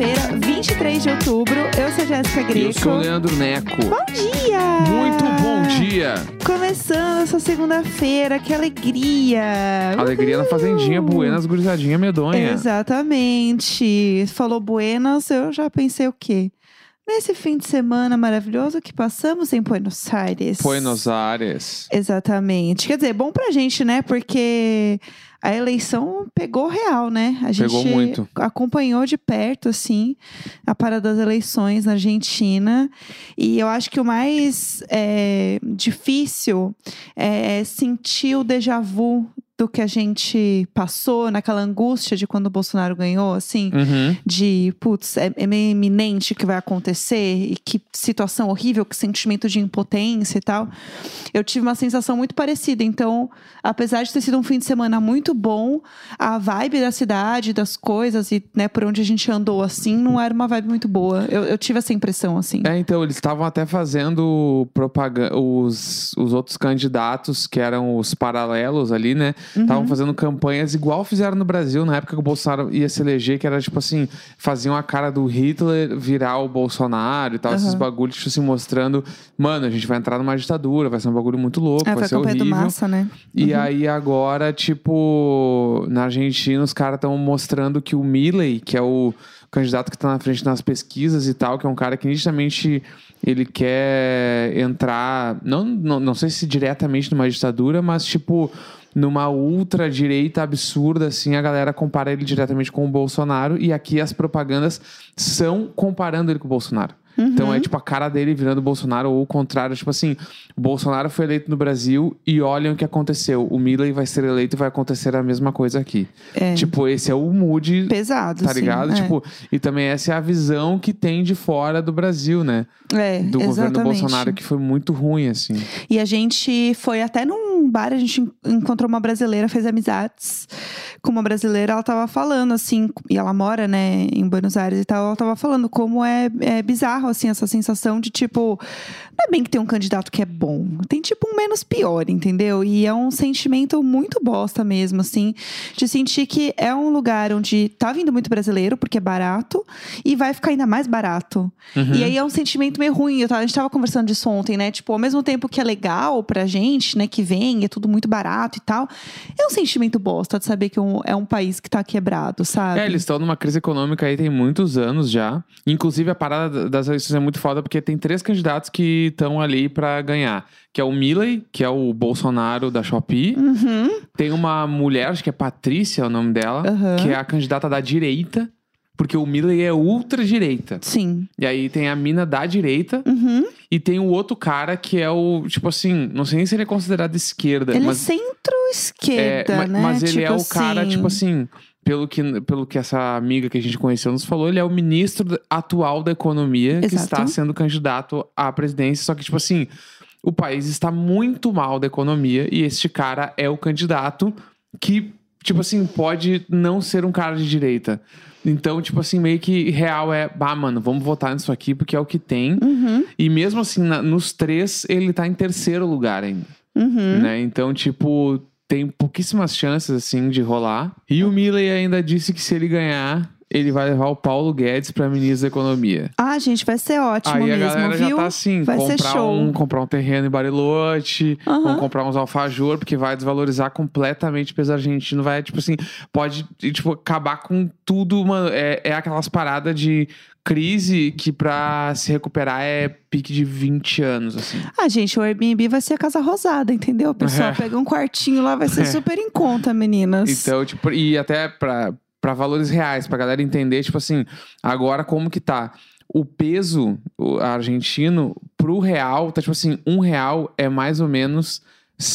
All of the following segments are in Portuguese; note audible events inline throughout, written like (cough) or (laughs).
é mês de outubro. Eu sou a Jéssica E eu Greco. sou o Leandro Neco. Bom dia! Muito bom dia! Começando essa segunda-feira, que alegria! Alegria na Fazendinha, Uhul! Buenas, gurizadinha medonha. Exatamente. Falou Buenas, eu já pensei o quê? Nesse fim de semana maravilhoso que passamos em Buenos Aires. Buenos Aires. Exatamente. Quer dizer, bom pra gente, né? Porque a eleição pegou real, né? A gente Pegou muito. acompanhou de perto, assim, a parada das eleições na Argentina. E eu acho que o mais é, difícil é sentir o déjà vu do que a gente passou naquela angústia de quando o Bolsonaro ganhou, assim Uhum. de putz, é, é meio iminente o que vai acontecer e que situação horrível, que sentimento de impotência e tal. Eu tive uma sensação muito parecida. Então, apesar de ter sido um fim de semana muito bom, a vibe da cidade, das coisas e né, por onde a gente andou assim, não era uma vibe muito boa. Eu, eu tive essa impressão, assim. É, então, eles estavam até fazendo propaganda. Os, os outros candidatos, que eram os paralelos ali, né? Uhum. Estavam fazendo campanhas igual fizeram no Brasil, na época que o Bolsonaro ia se eleger, que era tipo assim: faziam a cara do Hitler virar o Bolsonaro e tal, esses Aham. bagulhos, tipo assim, mostrando: mano, a gente vai entrar numa ditadura, vai ser um bagulho muito louco, É, vai foi a ser campanha do horrível. Massa, né? E aí agora, tipo, na Argentina os caras estão mostrando que o Milley, que é o candidato que tá na frente nas pesquisas e tal, que é um cara que nitidamente ele quer entrar, não, não, não sei se diretamente numa ditadura, mas tipo numa ultradireita absurda, assim, a galera compara ele diretamente com o Bolsonaro e aqui as propagandas são comparando ele com o Bolsonaro. Uhum. Então é tipo a cara dele virando o Bolsonaro ou o contrário. Tipo assim, o Bolsonaro foi eleito no Brasil e olhem o que aconteceu. O Milley vai ser eleito e vai acontecer a mesma coisa aqui. É. Tipo, esse é o mood, Pesado, tá assim, ligado? é. Tipo, e também essa é a visão que tem de fora do Brasil, né? É, Do governo exatamente. Bolsonaro, que foi muito ruim, assim. E a gente foi até num bar, a gente en- encontrou uma brasileira, fez amizades com uma brasileira, ela tava falando, assim, e ela mora, né, em Buenos Aires e tal, ela tava falando como é, é bizarro, assim, essa sensação de tipo, não é bem que tem um candidato que é bom, tem tipo um menos pior, entendeu? E é um sentimento muito bosta mesmo, assim, de sentir que é um lugar onde tá vindo muito brasileiro, porque é barato, e vai ficar ainda mais barato. Uhum. E aí é um sentimento meio ruim. Eu tava- a gente tava conversando disso ontem, né? Tipo, ao mesmo tempo que é legal pra gente, né? Que vem, é tudo muito barato e tal. É um sentimento bosta de saber que um- é um país que tá quebrado, sabe? É, eles estão numa crise econômica aí tem muitos anos já. Inclusive, a parada da- das eleições é muito foda, porque tem três candidatos que estão ali pra ganhar. Que é o Milley, que é o Bolsonaro da Shopee. Uhum. Tem uma mulher, acho que é Patrícia é o nome dela, Aham. que é a candidata da direita. Porque o Milley é ultra-direita. Sim. E aí tem a mina da direita. Uhum. E tem o outro cara que é o, tipo assim, não sei nem se ele é considerado esquerda. Ele mas é centro-esquerda, é, ma- né? Mas ele Tipo é o cara, assim, tipo assim, pelo que, pelo que essa amiga que a gente conheceu nos falou, ele é o ministro da- atual da economia que Exato. está sendo candidato à presidência. Só que, tipo assim, o país está muito mal da economia e este cara é o candidato que, tipo assim, pode não ser um cara de direita. Então, tipo assim, meio que real é, bah, mano, vamos votar nisso aqui porque é o que tem. Uhum. E mesmo assim, na- nos três, ele tá em terceiro lugar ainda Uhum. né? Então, tipo, tem pouquíssimas chances, assim, de rolar. E o Milley ainda disse que se ele ganhar, ele vai levar o Paulo Guedes pra ministro da Economia. Ah, gente, vai ser ótimo Aí mesmo, a galera viu? já tá assim, Vai ser comprar show. um, comprar um terreno em Bariloche, Aham. vão comprar uns alfajor, porque vai desvalorizar completamente o peso argentino, vai, tipo assim, pode, e, tipo, acabar com tudo, mano, é, é aquelas paradas de crise que pra se recuperar é pique de 20 anos, assim. Ah, gente, o Airbnb vai ser a Casa Rosada, entendeu? O pessoal É. pega um quartinho lá, vai ser (laughs) É. super em conta, meninas. Então, tipo, e até pra, pra valores reais, pra galera entender, tipo assim, agora como que tá. O peso o argentino pro real, tá tipo assim, um real é mais ou menos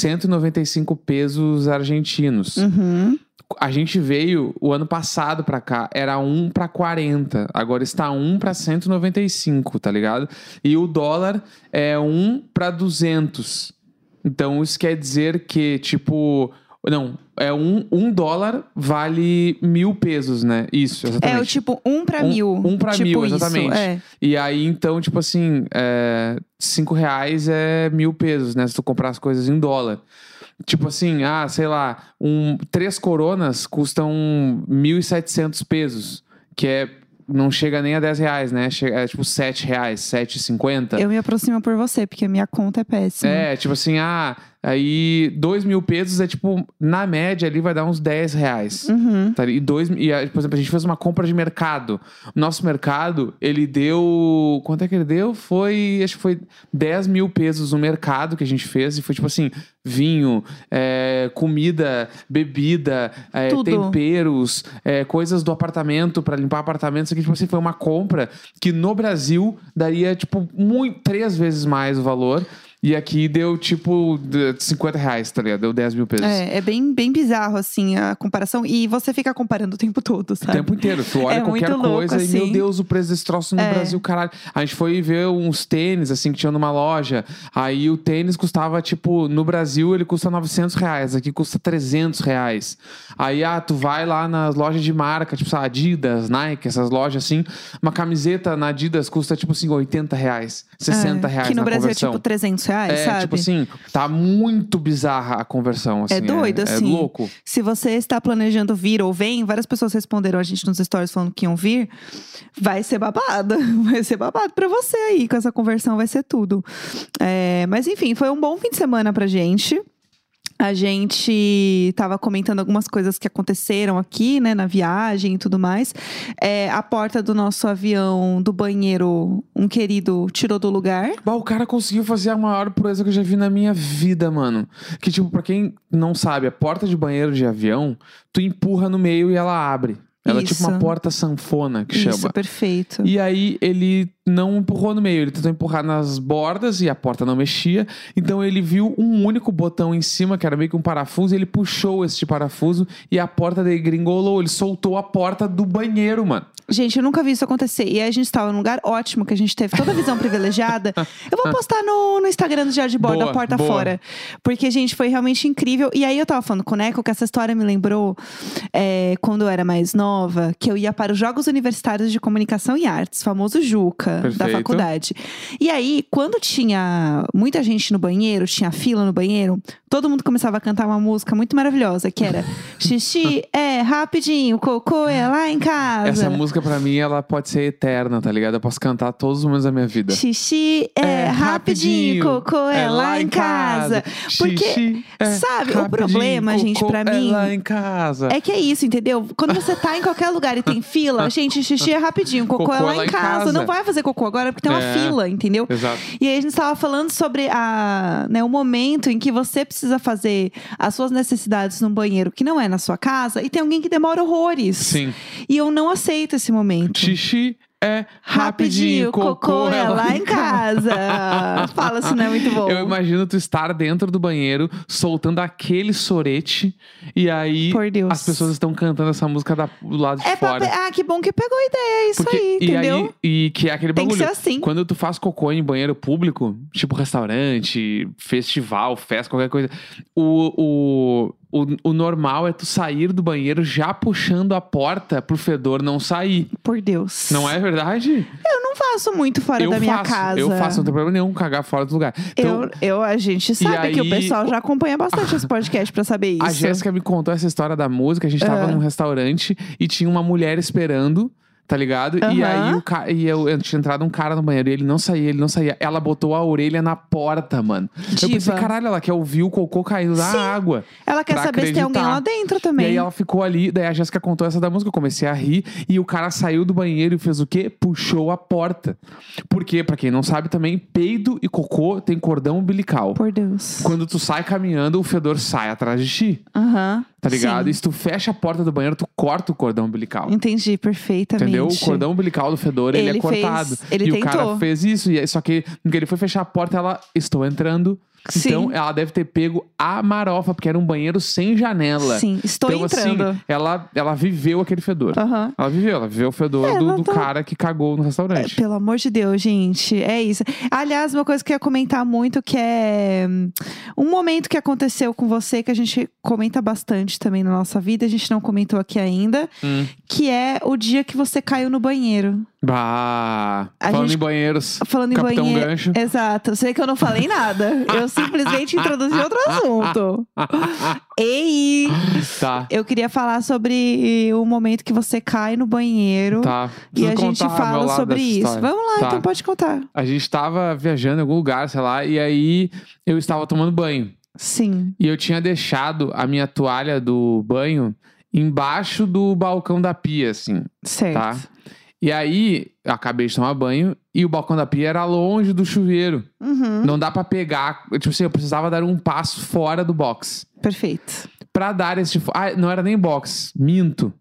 195 pesos argentinos. Uhum. A gente veio o ano passado pra cá, era 1 pra 40, agora está 1 pra 195, tá ligado? E o dólar é 1 pra 200. Então isso quer dizer que, tipo, não, é um, um dólar vale mil pesos, né? Isso, exatamente. É o tipo um pra Um- mil. um pra tipo mil, isso, exatamente. é. E aí, então, tipo assim, é, cinco reais é mil pesos, né? Se tu comprar as coisas em dólar. Tipo assim, ah, sei lá, um, três coronas custam 1.700 pesos, que é não chega nem a 10 reais, né? Chega, é tipo 7 reais, 7,50. Eu me aproximo por você, porque a minha conta é péssima. Tá. É, tipo assim, ah, aí 2 mil pesos é tipo, na média ali vai dar uns 10 reais. Uhum. Tá? E, dois, e, aí, por exemplo, a gente fez uma compra de mercado. O nosso mercado, ele deu. Quanto é que ele deu? Foi. Acho que foi 10 mil pesos no mercado que a gente fez. E foi tipo assim: vinho, é, comida, bebida, é, Tudo. temperos, é, coisas do apartamento para limpar apartamento. Isso aqui, tipo assim, foi uma compra que no Brasil daria, tipo, muito, três vezes mais o valor. E aqui deu, tipo, d- 50 reais, tá ligado? Deu 10 mil pesos. É, é bem, bem bizarro, assim, a comparação. E você fica comparando o tempo todo, O sabe? tempo inteiro. Tu olha É qualquer muito louco, coisa e, assim. meu Deus, o preço desse troço no É. Brasil, caralho. A gente foi ver uns tênis, assim, que tinha numa loja. Aí o tênis custava, tipo, no Brasil ele custa 900 reais, aqui custa 300 reais. Aí, ah, tu vai lá nas lojas de marca, tipo, sei lá, Adidas, Nike, essas lojas assim. Uma camiseta na Adidas custa, tipo, assim, 80 reais, 60 É, reais Que no na Brasil conversão. é tipo 300 reais, É, sabe? tipo assim, tá muito bizarra a conversão, assim. É doido, assim. É louco. Se você está planejando vir ou vem, várias pessoas responderam a gente nos stories falando que iam vir. Vai ser babado. (laughs) Vai ser babado pra você aí. Com essa conversão vai ser tudo. É, mas enfim, foi um bom fim de semana pra gente. A gente tava comentando algumas coisas que aconteceram aqui, né, na viagem e tudo mais. É, a porta do nosso avião, do banheiro, um querido tirou do lugar. Bah, o cara conseguiu fazer a maior proeza que eu já vi na minha vida, mano. Que, tipo, pra quem não sabe, a porta de banheiro de avião, tu empurra no meio e ela abre. Ela é tipo Isso. uma porta sanfona que Isso, chama. perfeito. E aí ele não empurrou no meio, ele tentou empurrar nas bordas e a porta não mexia. Então ele viu um único botão em cima, que era meio que um parafuso, e ele puxou esse parafuso e a porta degringolou. Ele soltou a porta do banheiro, mano. Gente, eu nunca vi isso acontecer. E aí a gente estava num lugar ótimo, que a gente teve toda a visão privilegiada. Eu vou postar no, no Instagram do Diário de Bordo, Boa, a porta boa. fora. Porque, gente, foi realmente incrível. E aí eu tava falando com o Neco que essa história me lembrou é, quando eu era mais nova, que eu ia para os Jogos Universitários de Comunicação e Artes, famoso Juca, da Perfeito. faculdade. E aí, quando tinha muita gente no banheiro, tinha fila no banheiro, todo mundo começava a cantar uma música muito maravilhosa, que (laughs) era Xixi é rapidinho, cocô é lá em casa. Essa música, pra mim, ela pode ser eterna, tá ligado? Eu posso cantar todos os momentos da minha vida. Xixi é, É rapidinho, cocô é, lá em casa. Porque, Xixi é sabe, o rapidinho, problema, gente, cocô pra É mim- lá em casa. É que é isso, entendeu? Quando você tá em qualquer lugar e (laughs) tem fila, gente, xixi é rapidinho, cocô, é lá em casa. Não vai fazer cocô agora porque tem uma É. fila, entendeu? Exato. E aí a gente tava falando sobre a, né, o momento em que você precisa fazer as suas necessidades num banheiro que não é na sua casa e tem alguém que demora horrores. Sim. E eu não aceito esse momento. Xixi é Rapidinho, cocô é lá em (laughs) casa. Fala se não é muito bom. Eu imagino tu estar dentro do banheiro, soltando aquele sorete, e aí Por Deus. as pessoas estão cantando essa música da- do lado de É pra... fora. pe- Ah, que bom que pegou a ideia, é isso Porque- aí, e entendeu? aí, e que é aquele Tem que bagulho. ser assim. Quando tu faz cocô em banheiro público, tipo restaurante, festival, festa, qualquer coisa, o, o, o, o normal é tu sair do banheiro já puxando a porta pro fedor não sair. Por Deus. Não é verdade? Eu não faço muito fora eu da minha faço, casa. Eu faço, não tem problema nenhum cagar fora do lugar. Então, Eu, eu, a gente sabe que o aí- pessoal já acompanha bastante esse podcast pra saber isso. A Jéssica me contou essa história da música. A gente tava Ah. num restaurante e tinha uma mulher esperando, tá ligado? E Aham. aí o ca... e eu, eu tinha entrado um cara no banheiro e ele não saía, ele não saía. Ela botou a orelha na porta, mano. Eu Diva. pensei, caralho, ela quer ouvir o cocô caindo na água. Ela quer pra saber se tem alguém acreditar. lá dentro E aí também. ela ficou ali, daí a Jéssica contou essa da música, eu comecei a rir, e o cara saiu do banheiro e fez o quê? Puxou a porta. Porque, pra quem não sabe também, peido e cocô tem cordão umbilical. Por Deus. Quando tu sai caminhando, o fedor sai atrás de ti. Aham. Tá ligado? Sim. E se tu fecha a porta do banheiro, tu corta o cordão umbilical. Entendi perfeitamente. Entendeu? O cordão umbilical do fedor, ele, Ele é fez- cortado. ele e o cara tentou. fez isso. E, aí- só que no que ele foi fechar a porta, ela... Estou entrando. Sim. Então, ela deve ter pego a marofa, porque era um banheiro sem janela. Sim, estou então, entrando. assim, ela, ela viveu aquele fedor. Aham. Ela viveu. Ela viveu o fedor É, do, não do tô- É, cara que cagou no restaurante. Pelo amor de Deus, gente. É isso. Aliás, uma coisa que eu ia comentar muito, que é hum, um momento que aconteceu com você, que a gente comenta bastante também na nossa vida, a gente não comentou aqui ainda, Hum. que é o dia que você caiu no banheiro. Bah, A falando gente- em banheiros. Falando em Capitão banheiro. Gancho. Exato. Eu sei que eu não falei nada. (laughs) Eu simplesmente introduzi outro assunto. Ei! tá, Eu queria falar sobre o momento que você cai no banheiro. tá. E Preciso a gente contar meu fala lado sobre dessa isso. história. Vamos lá, Tá. então pode contar. A gente tava viajando em algum lugar, sei lá, e aí eu estava tomando banho. Sim. E eu tinha deixado a minha toalha do banho embaixo do balcão da pia, assim. Tá? Certo. E aí, eu acabei de tomar banho e o balcão da pia era longe do chuveiro. Uhum. Não dá pra pegar. Tipo assim, eu precisava dar um passo fora do box. Perfeito. Pra dar esse. fo- Ah, não era nem box. Minto.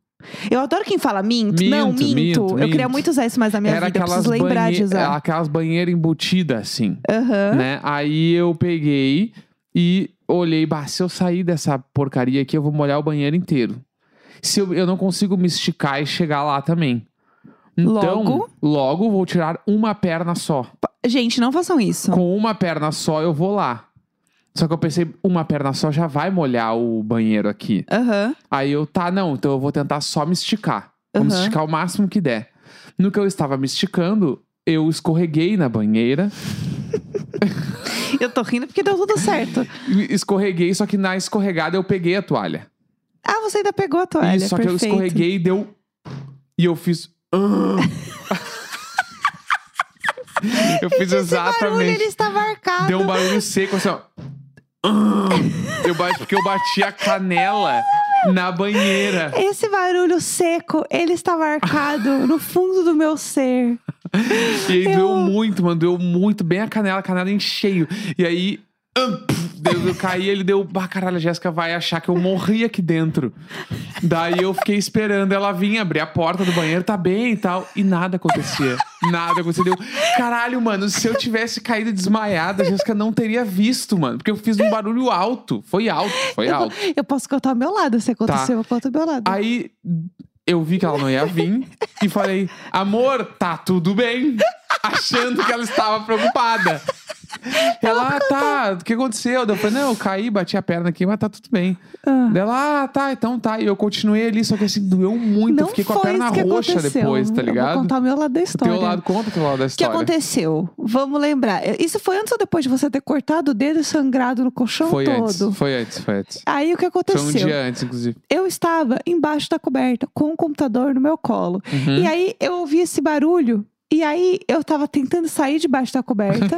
Eu adoro quem fala minto. Minto, não, minto. minto, eu minto. queria muito usar isso mais na minha era vida. Eu aquelas, preciso lembrar banhe- de usar. aquelas banheiras embutidas, assim. Aham. né? Aí eu peguei e olhei, bah, se eu sair dessa porcaria aqui, eu vou molhar o banheiro inteiro. Se eu, eu não consigo me esticar e chegar lá também. Então, Logo? Tá. logo vou tirar uma perna só. Gente, não façam isso. Com uma perna só eu vou lá. Só que eu pensei, uma perna só já vai molhar o banheiro aqui. Aham. Aí eu, tá, não, então eu vou tentar só me esticar. Vou me Aham. esticar o máximo que der. No que eu estava me esticando, eu escorreguei na banheira. Eu tô rindo porque deu tudo certo. Escorreguei, só que na escorregada eu peguei a toalha. Ah, você ainda pegou a toalha. Isso, só perfeito. que eu escorreguei e deu. E eu fiz. (laughs) eu fiz O barulho ele exatamente. estava arcado. Deu um barulho seco assim, ó. eu bati, porque eu bati a canela na banheira. Esse barulho seco, ele estava arcado no fundo do meu ser. E aí Eu- doeu muito, mano. Doeu muito, bem a canela, a canela em cheio. E aí. hum, pf, daí Eu caí, ele deu. Ah, caralho, a Jéssica vai achar que eu morri aqui dentro. Daí eu fiquei esperando ela vir abrir a porta do banheiro, tá bem e tal. E nada acontecia. Nada acontecia. Deu, caralho, mano, se eu tivesse caído desmaiada, a Jéssica não teria visto, mano. Porque eu fiz um barulho alto. Foi alto, foi Eu, alto. Tá. eu posso contar o meu lado. Se aconteceu, eu conto o meu lado. Aí eu vi que ela não ia vir e falei: Amor, tá tudo bem. Achando que ela estava preocupada. Ela, ah, tá, o que aconteceu? Daí Eu falei, não, eu caí, bati a perna aqui, mas tá tudo bem. Ah. Daí Ela, ah, tá, então tá. E eu continuei ali, só que assim, doeu muito. não eu fiquei com foi a perna isso que roxa aconteceu. depois, tá Eu vou ligado? contar o meu lado da O história. teu lado, conta o teu lado da O que história. aconteceu? Vamos lembrar. É, Isso foi antes ou depois de você ter cortado o dedo e sangrado no colchão foi todo? antes, foi antes, foi antes. Aí o que Foi um aconteceu? dia antes, inclusive. Eu estava embaixo da coberta com o computador no meu colo. Uhum. E aí eu ouvi esse barulho. E aí eu tava tentando sair debaixo da (laughs) coberta.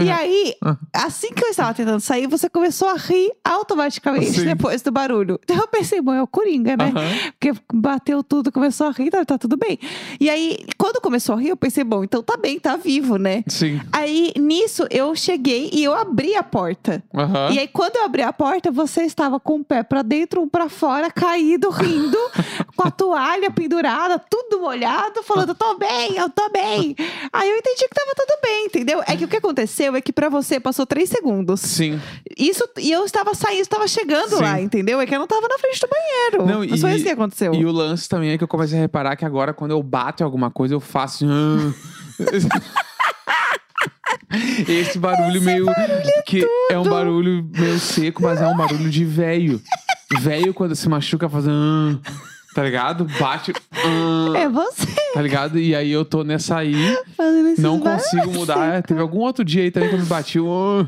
e aí, Ah. assim que eu estava tentando sair, você começou a rir automaticamente Sim. depois do barulho. Então eu pensei, bom, é o Coringa, né? Aham. Porque bateu tudo, começou a rir, tá, tá tudo bem. E aí, quando começou a rir, eu pensei, bom, então tá bem, tá vivo, né? Sim. Aí, nisso, eu cheguei e eu abri a porta. Aham. E aí, quando eu abri a porta, você estava com o pé pra dentro, um pra fora, caído, (laughs) rindo, com a toalha pendurada, tudo molhado, falando: tô bem, eu tô bem. Aí eu entendi que tava tudo bem, entendeu? É que o que aconteceu é que pra você passou três segundos. Sim. Isso, e eu estava saindo, estava chegando Sim. lá, entendeu? É que eu não tava na frente do banheiro. Não, Mas foi e- isso que aconteceu. E o lance também é que eu comecei a reparar que agora, quando eu bato em alguma coisa, eu faço. "Ah". (laughs) Esse barulho meio. que é um barulho meio seco, mas é um barulho de velho. Velho, quando se machuca, faz. "Ah", Tá ligado? Bate. "Ah", É você Tá ligado? E aí eu tô nessa aí, fazendo esses não barulhos. assim. consigo mudar. Teve algum outro dia aí também que eu me bati. "Ah",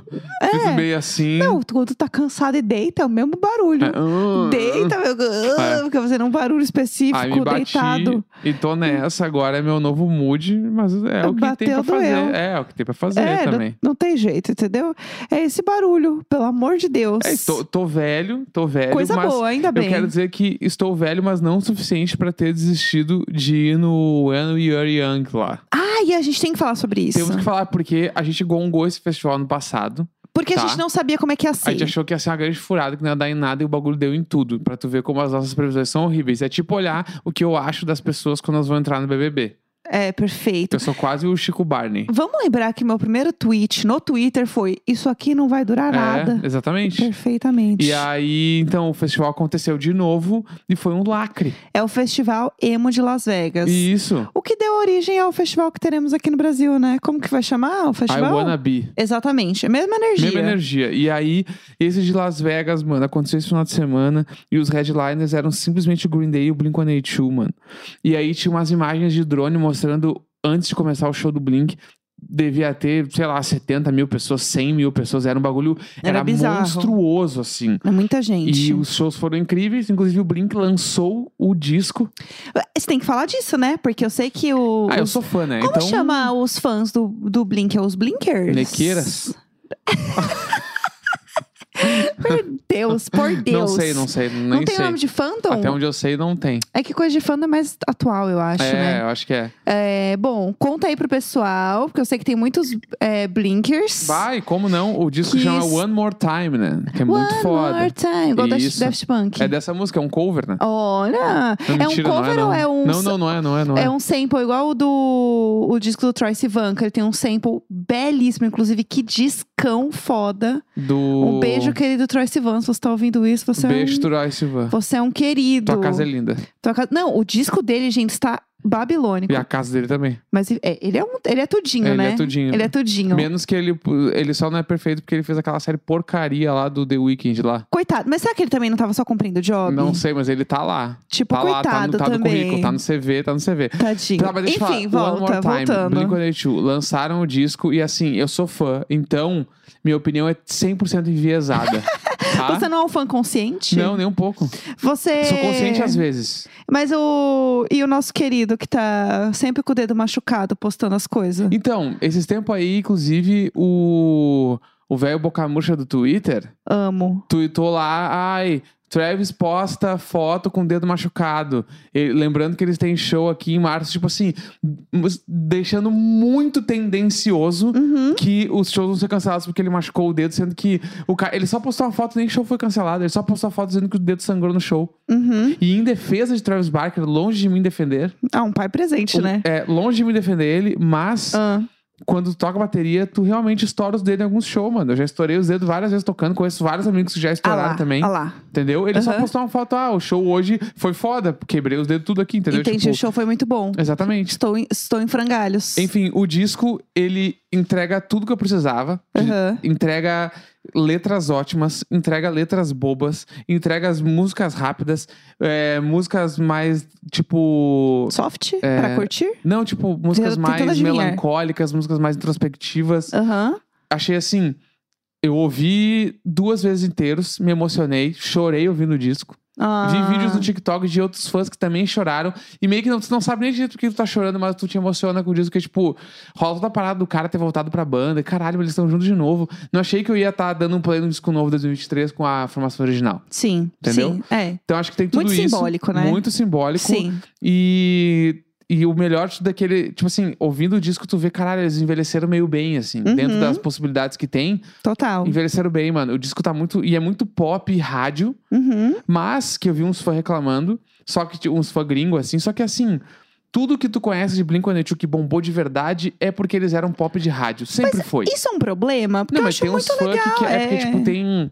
Fiz meio assim. É. Não, quando tá cansado e deita, é o mesmo barulho. "Ah". Deita, meu. É. Porque você não um barulho específico, Aí me bati deitado. e tô nessa. Agora é meu novo mood, mas é o que tem Bateu, pra fazer. doeu. É, é o que tem pra fazer É, não- também. Não, tem jeito, entendeu? É esse barulho, pelo amor de Deus. É, tô, tô velho, tô velho, Coisa mas boa, ainda bem. eu quero dizer que estou velho, mas não o suficiente pra ter desistido de ir no When We Are Young lá. Ah, e a gente tem que falar sobre isso. Temos que falar porque a gente gongou esse festival no passado. Porque tá. a gente não sabia como é que ia A ser. gente achou que ia ser uma grande furada, que não ia dar em nada e o bagulho deu em tudo. Pra tu ver como as nossas previsões são horríveis. É tipo olhar o que eu acho das pessoas quando elas vão entrar no BBB. É, perfeito. Eu sou quase o Chico Barney. Vamos lembrar que meu primeiro tweet no Twitter foi: Isso aqui não vai durar nada. É, exatamente. Perfeitamente. E aí, então, o festival aconteceu de novo e foi um lacre. É o Festival Emo de Las Vegas. E isso. O que deu origem ao festival que teremos aqui no Brasil, né? Como que vai chamar o I festival? wanna be. Exatamente. A mesma energia. Mesma energia. E aí, esse de Las Vegas, mano, aconteceu esse final de semana e os headliners eram simplesmente o Green Day e o Blink-182, mano. E aí tinha umas imagens de drone mostrando, antes de começar o show do Blink, devia ter, sei lá, 70 mil pessoas, 100 mil pessoas. Era um bagulho... Era bizarro. monstruoso, assim. É muita gente. E os shows foram incríveis. Inclusive, o Blink lançou o disco. Você tem que falar disso, né? Porque eu sei que o. Ah, eu os- sou fã, né? Como então, chama os fãs do, do Blink? É os Blinkers? Nequeiras? Por Deus, por Deus. (laughs) Não sei, não sei. Nem Não tem sei. nome de fandom? Até onde eu sei, não tem. É que coisa de fandom é mais atual, eu acho, é, né? eu acho que é. É, bom, conta aí pro pessoal, porque eu sei que tem muitos é, Blinkers. Vai, como não? O disco Que chama isso. One More Time, né? Que é muito One foda. more time, igual Daft, Isso. Daft Punk. É dessa música, é um cover, né? Olha! Não, é mentira, um cover não ou é, é não. um. Não, não, não é, não é, não é. É um sample igual o do o disco do Troy Sivanca. Ele tem um sample belíssimo, inclusive, que discão foda. Do... Um beijo, querido Troy Sivan. Se você tá ouvindo isso, você é Beijo, um. Turai Sivan. Você é um querido. Tua casa é linda. Tua casa- Não, o disco dele, gente, está babilônico. E a casa dele também. Mas é, ele, é um, ele é tudinho, ele né? é tudinho. Ele é tudinho. Menos que ele... Ele só não é perfeito porque ele fez aquela série porcaria lá do The Weeknd lá. Coitado. Mas será que ele também não tava só cumprindo o job? Não sei, mas ele tá lá. Tipo, Tá lá, tá no, coitado tá no também. currículo, tá no CV, tá no CV. Tadinho. Tá, mas deixa Enfim, eu falar. volta, One More Time, voltando. Blink-182, lançaram o disco e assim, eu sou fã, então minha opinião é (laughs) 100% enviesada. tá? Você não é um fã consciente? Não, nem um pouco. Você. Sou consciente às vezes. Mas o. E o nosso querido que tá sempre com o dedo machucado postando as coisas. Então, esses tempos aí, inclusive, o o velho boca murcha do Twitter Amo. tweetou lá, ai, Travis posta foto com o dedo machucado. E lembrando que eles têm show aqui em março, tipo assim, mas deixando muito tendencioso Uhum. que os shows vão ser cancelados porque ele machucou o dedo, sendo que o cara, ele só postou uma foto, nem show foi cancelado, ele só postou a foto dizendo que o dedo sangrou no show. Uhum. E em defesa de Travis Barker, longe de mim defender, Ah, um pai presente, né? é, longe de me defender ele, mas Ah. quando tu toca bateria, tu realmente estoura os dedos em alguns shows, mano. Eu já estourei os dedos várias vezes tocando, conheço vários amigos que já Ah estouraram lá, também. ah lá. Entendeu? Ele só Aham. postou uma foto, ah, o show hoje foi foda, quebrei os dedos tudo aqui, entendeu? Entendi, Tipo, o show foi muito bom. Exatamente. Estou em, estou em frangalhos. Enfim, o disco, ele entrega tudo que eu precisava. Aham. Entrega letras ótimas, entrega letras bobas, entrega as músicas rápidas, é, músicas mais, tipo... Soft, pra curtir? Não, tipo, músicas Tentando mais adivinhar. melancólicas, músicas mais introspectivas. Aham. Achei assim... Eu ouvi duas vezes inteiros, me emocionei, chorei ouvindo o disco. Ah. Vi vídeos no TikTok de outros fãs que também choraram. E meio que não, tu não sabe nem direito porque tu tá chorando, mas tu te emociona com o disco. Que, tipo, rola toda a parada do cara ter voltado pra banda. E, Caralho, eles estão juntos de novo. Não achei que eu ia estar dando um play no disco novo 2023 com a formação original. Sim, Entendeu? sim. É, Então acho que tem tudo Muito isso. simbólico, né? Muito simbólico. sim. E. E o melhor de tudo é que ele, tipo assim, ouvindo o disco, tu vê, caralho, eles envelheceram meio bem, assim, Uhum. dentro das possibilidades que tem. Total. Envelheceram bem, mano. O disco tá muito. E é muito pop e rádio. Uhum. Mas que eu vi uns fãs reclamando, só que tipo, uns fãs gringos, assim, só que assim. Tudo que tu conhece de Blink-182 que bombou de verdade é porque eles eram pop de rádio. Sempre foi. Isso é um problema? Porque Não, eu mas acho tem uns muito fãs legal. que é, porque, é. tipo, tem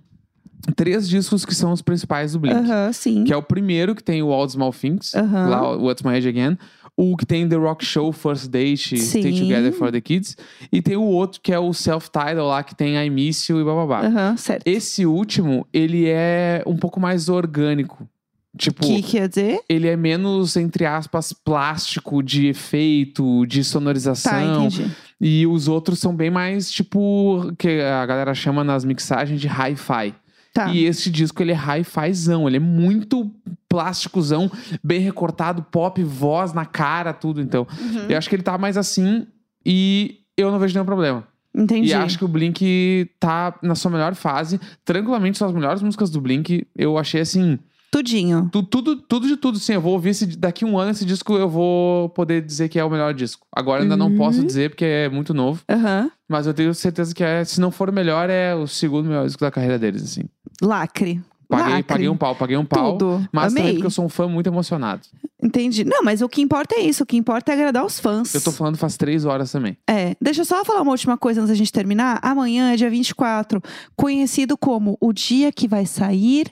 três discos que são os principais do Blink. Aham, sim. Que é o primeiro, que tem o All the Small Things, Aham. lá, o What's My Age Again. O que tem The Rock Show, First Date, Stay Sim. Together for the Kids. E tem o outro, que é o Self-Title lá, que tem I Miss You e bababá. Aham, certo. Esse último, ele é um pouco mais orgânico. Tipo, O que quer dizer? ele é menos, entre aspas, plástico de efeito, de Tá, sonorização. entendi. e os outros são bem mais, tipo, que a galera chama nas mixagens de hi-fi. Tá. E esse disco, ele é hi-fizão. Ele é muito plásticozão, bem recortado, pop, voz na cara, tudo. Então, Uhum. eu acho que ele tá mais assim e eu não vejo nenhum problema. Entendi. E acho que o Blink tá na sua melhor fase. Tranquilamente, são as melhores músicas do Blink. Eu achei assim. Tudinho. tu- tudo, tudo de tudo, sim. Eu vou ouvir esse. Daqui um ano esse disco eu vou poder dizer que é o melhor disco. Agora ainda não Uhum. posso dizer porque é muito novo. Aham. Mas eu tenho certeza que é. Se não for o melhor, é o segundo melhor disco da carreira deles, assim. Lacre. Paguei, Lacre. paguei um pau, paguei um pau. Ah, Tudo. Mas Amei. também porque eu sou um fã muito emocionado. Entendi. Não, mas o que importa é isso. O que importa é agradar os fãs. Eu tô falando faz três horas também. É, deixa eu só falar uma última coisa antes da gente terminar. Amanhã é dia 24, conhecido como o dia que vai sair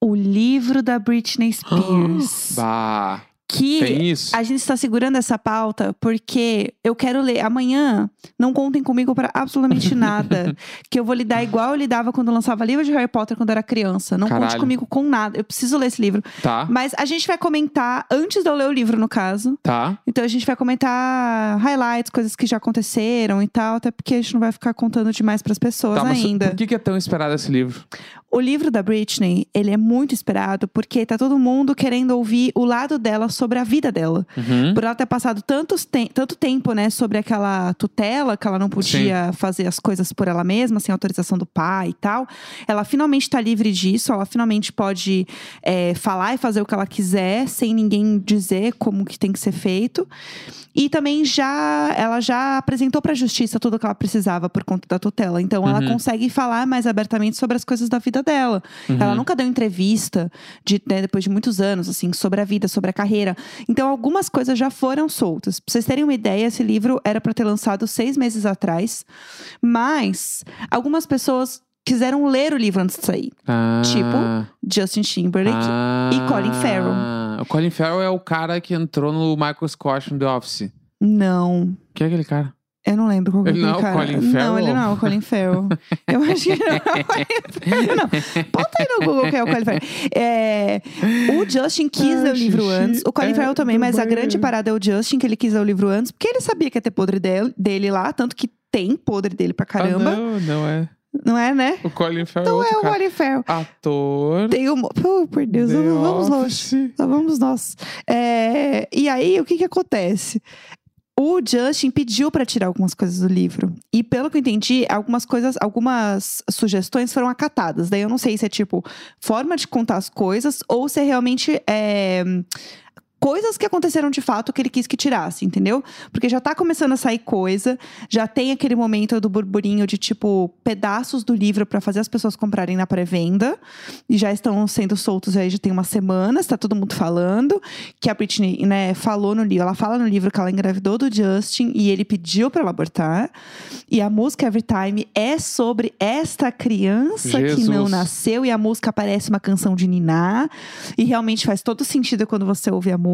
o livro da (gasps) Britney Spears. Bah, que tem isso? a gente está segurando essa pauta porque eu quero ler. Amanhã, não contem comigo para (laughs) absolutamente nada. que eu vou lidar igual eu lidava quando eu lançava livro de Harry Potter quando eu era criança. Não conte Caralho. comigo com nada. Eu preciso ler esse livro. Tá, Mas a gente vai comentar antes de eu ler o livro, no caso. tá. Então a gente vai comentar highlights, coisas que já aconteceram e tal, até porque a gente não vai ficar contando demais pras pessoas tá mas ainda. por que, que é tão esperado esse livro? O livro da Britney, ele é muito esperado porque tá todo mundo querendo ouvir o lado dela sobre a vida dela. Uhum. Por ela ter passado tantos te- tanto tempo, né, sobre aquela tutela, que ela não podia fazer as coisas por ela mesma, sem autorização do pai e tal. Ela finalmente tá livre disso, ela finalmente pode é, falar e fazer o que ela quiser, sem ninguém dizer como que tem que ser feito. E também já ela já apresentou para a justiça tudo o que ela precisava por conta da tutela. Então ela Uhum. consegue falar mais abertamente sobre as coisas da vida dela. Ela Uhum. nunca deu entrevista de, né, depois de muitos anos assim sobre a vida, sobre a carreira. Então algumas coisas já foram soltas. Pra vocês terem uma ideia, esse livro era para ter lançado seis meses atrás, mas algumas pessoas quiseram ler o livro antes de sair. Ah, Tipo, Justin Timberlake. ah, e Colin Farrell. O Colin Farrell é o cara que entrou no Michael Scott no The Office. Não, Quem é aquele cara? Eu não lembro qual que Ele aquele não é o cara. Colin Não, Farrell? ele não é o (laughs) Colin Farrell. Eu acho que não é o Colin Farrell, não. Bota aí no Google quem é o Colin Farrell. É, o Justin quis Ah, ler o livro xixi antes. O Colin é Farrell também, do mas a grande banheiro. parada é o Justin, que ele quis ler o livro antes. Porque ele sabia que ia ter podre dele, dele lá. Tanto que tem podre dele pra Ah, caramba. não, não é. não. é, né? O Colin Farrell Não é é outro o cara. Colin Farrell. Ator. Tem um... Oh, por Deus, The vamos, vamos longe. Office. Lá Então, vamos nós. É, e aí, o que que acontece? O Justin pediu para tirar algumas coisas do livro. E pelo que eu entendi, algumas coisas, algumas sugestões foram acatadas. Daí eu não sei se é tipo forma de contar as coisas ou se é realmente é, coisas que aconteceram de fato que ele quis que tirasse, entendeu? Porque já tá começando a sair coisa, já tem aquele momento do burburinho de tipo pedaços do livro para fazer as pessoas comprarem na pré-venda e já estão sendo soltos aí já tem umas semanas, tá todo mundo falando que a Britney, né, falou no livro, ela fala no livro que ela engravidou do Justin e ele pediu pra ela abortar. E a música Every Time é sobre esta criança que Jesus. não nasceu e a música parece uma canção de Niná e realmente faz todo sentido quando você ouve a música.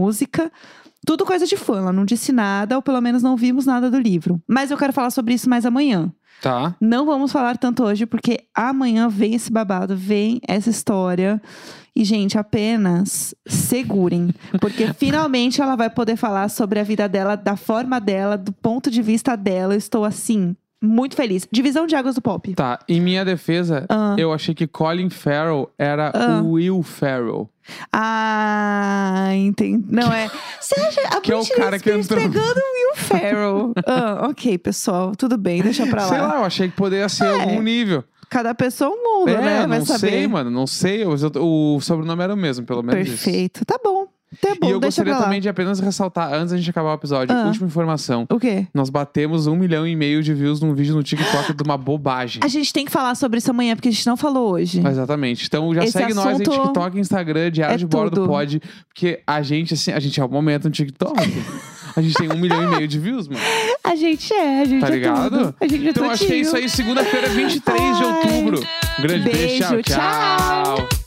Tudo coisa de fã, ela não disse nada, ou pelo menos não vimos nada do livro. Mas eu quero falar sobre isso mais amanhã. Tá. Não vamos falar tanto hoje, porque amanhã vem esse babado, vem essa história. E, gente, apenas segurem. (laughs) Porque finalmente ela vai poder falar sobre a vida dela, da forma dela, do ponto de vista dela. Eu estou, assim, muito feliz. Divisão de águas do pop. Tá. Em minha defesa, Ah. eu achei que Colin Farrell era Ah. o Will Farrell. Ah, entendi. Não (laughs) é. Você acha a Que é o Britney cara que Spears entrou- pegando o Will (laughs) Ferrell? ah, ok, pessoal, tudo bem, deixa pra lá. Sei lá, eu achei que poderia ser algum nível. Cada pessoa é um mundo, é, né? eu Vai não saber. sei, mano. Não sei. Eu- eu- o sobrenome era o mesmo, pelo menos. isso. Perfeito, tá bom. Tá bom, E eu deixa gostaria pra lá. também de apenas ressaltar, antes da gente acabar o episódio, Ah. última informação. O quê? Nós batemos um milhão e meio de views num vídeo no TikTok de uma bobagem. (gasps) A gente tem que falar sobre isso amanhã, porque a gente não falou hoje. Exatamente. Então já Esse segue nós em assunto TikTok, Instagram, Diário é de Bordo tudo. Pod. Porque a gente, assim, a gente é o momento (laughs) no TikTok. a gente tem um milhão e meio de views, mano. A gente é, a gente Tá é ligado? tudo. A gente é Então tudo. acho que é isso aí. Segunda-feira, 23 Ai. de outubro. Um grande beijo, Beijo, tchau. tchau. tchau.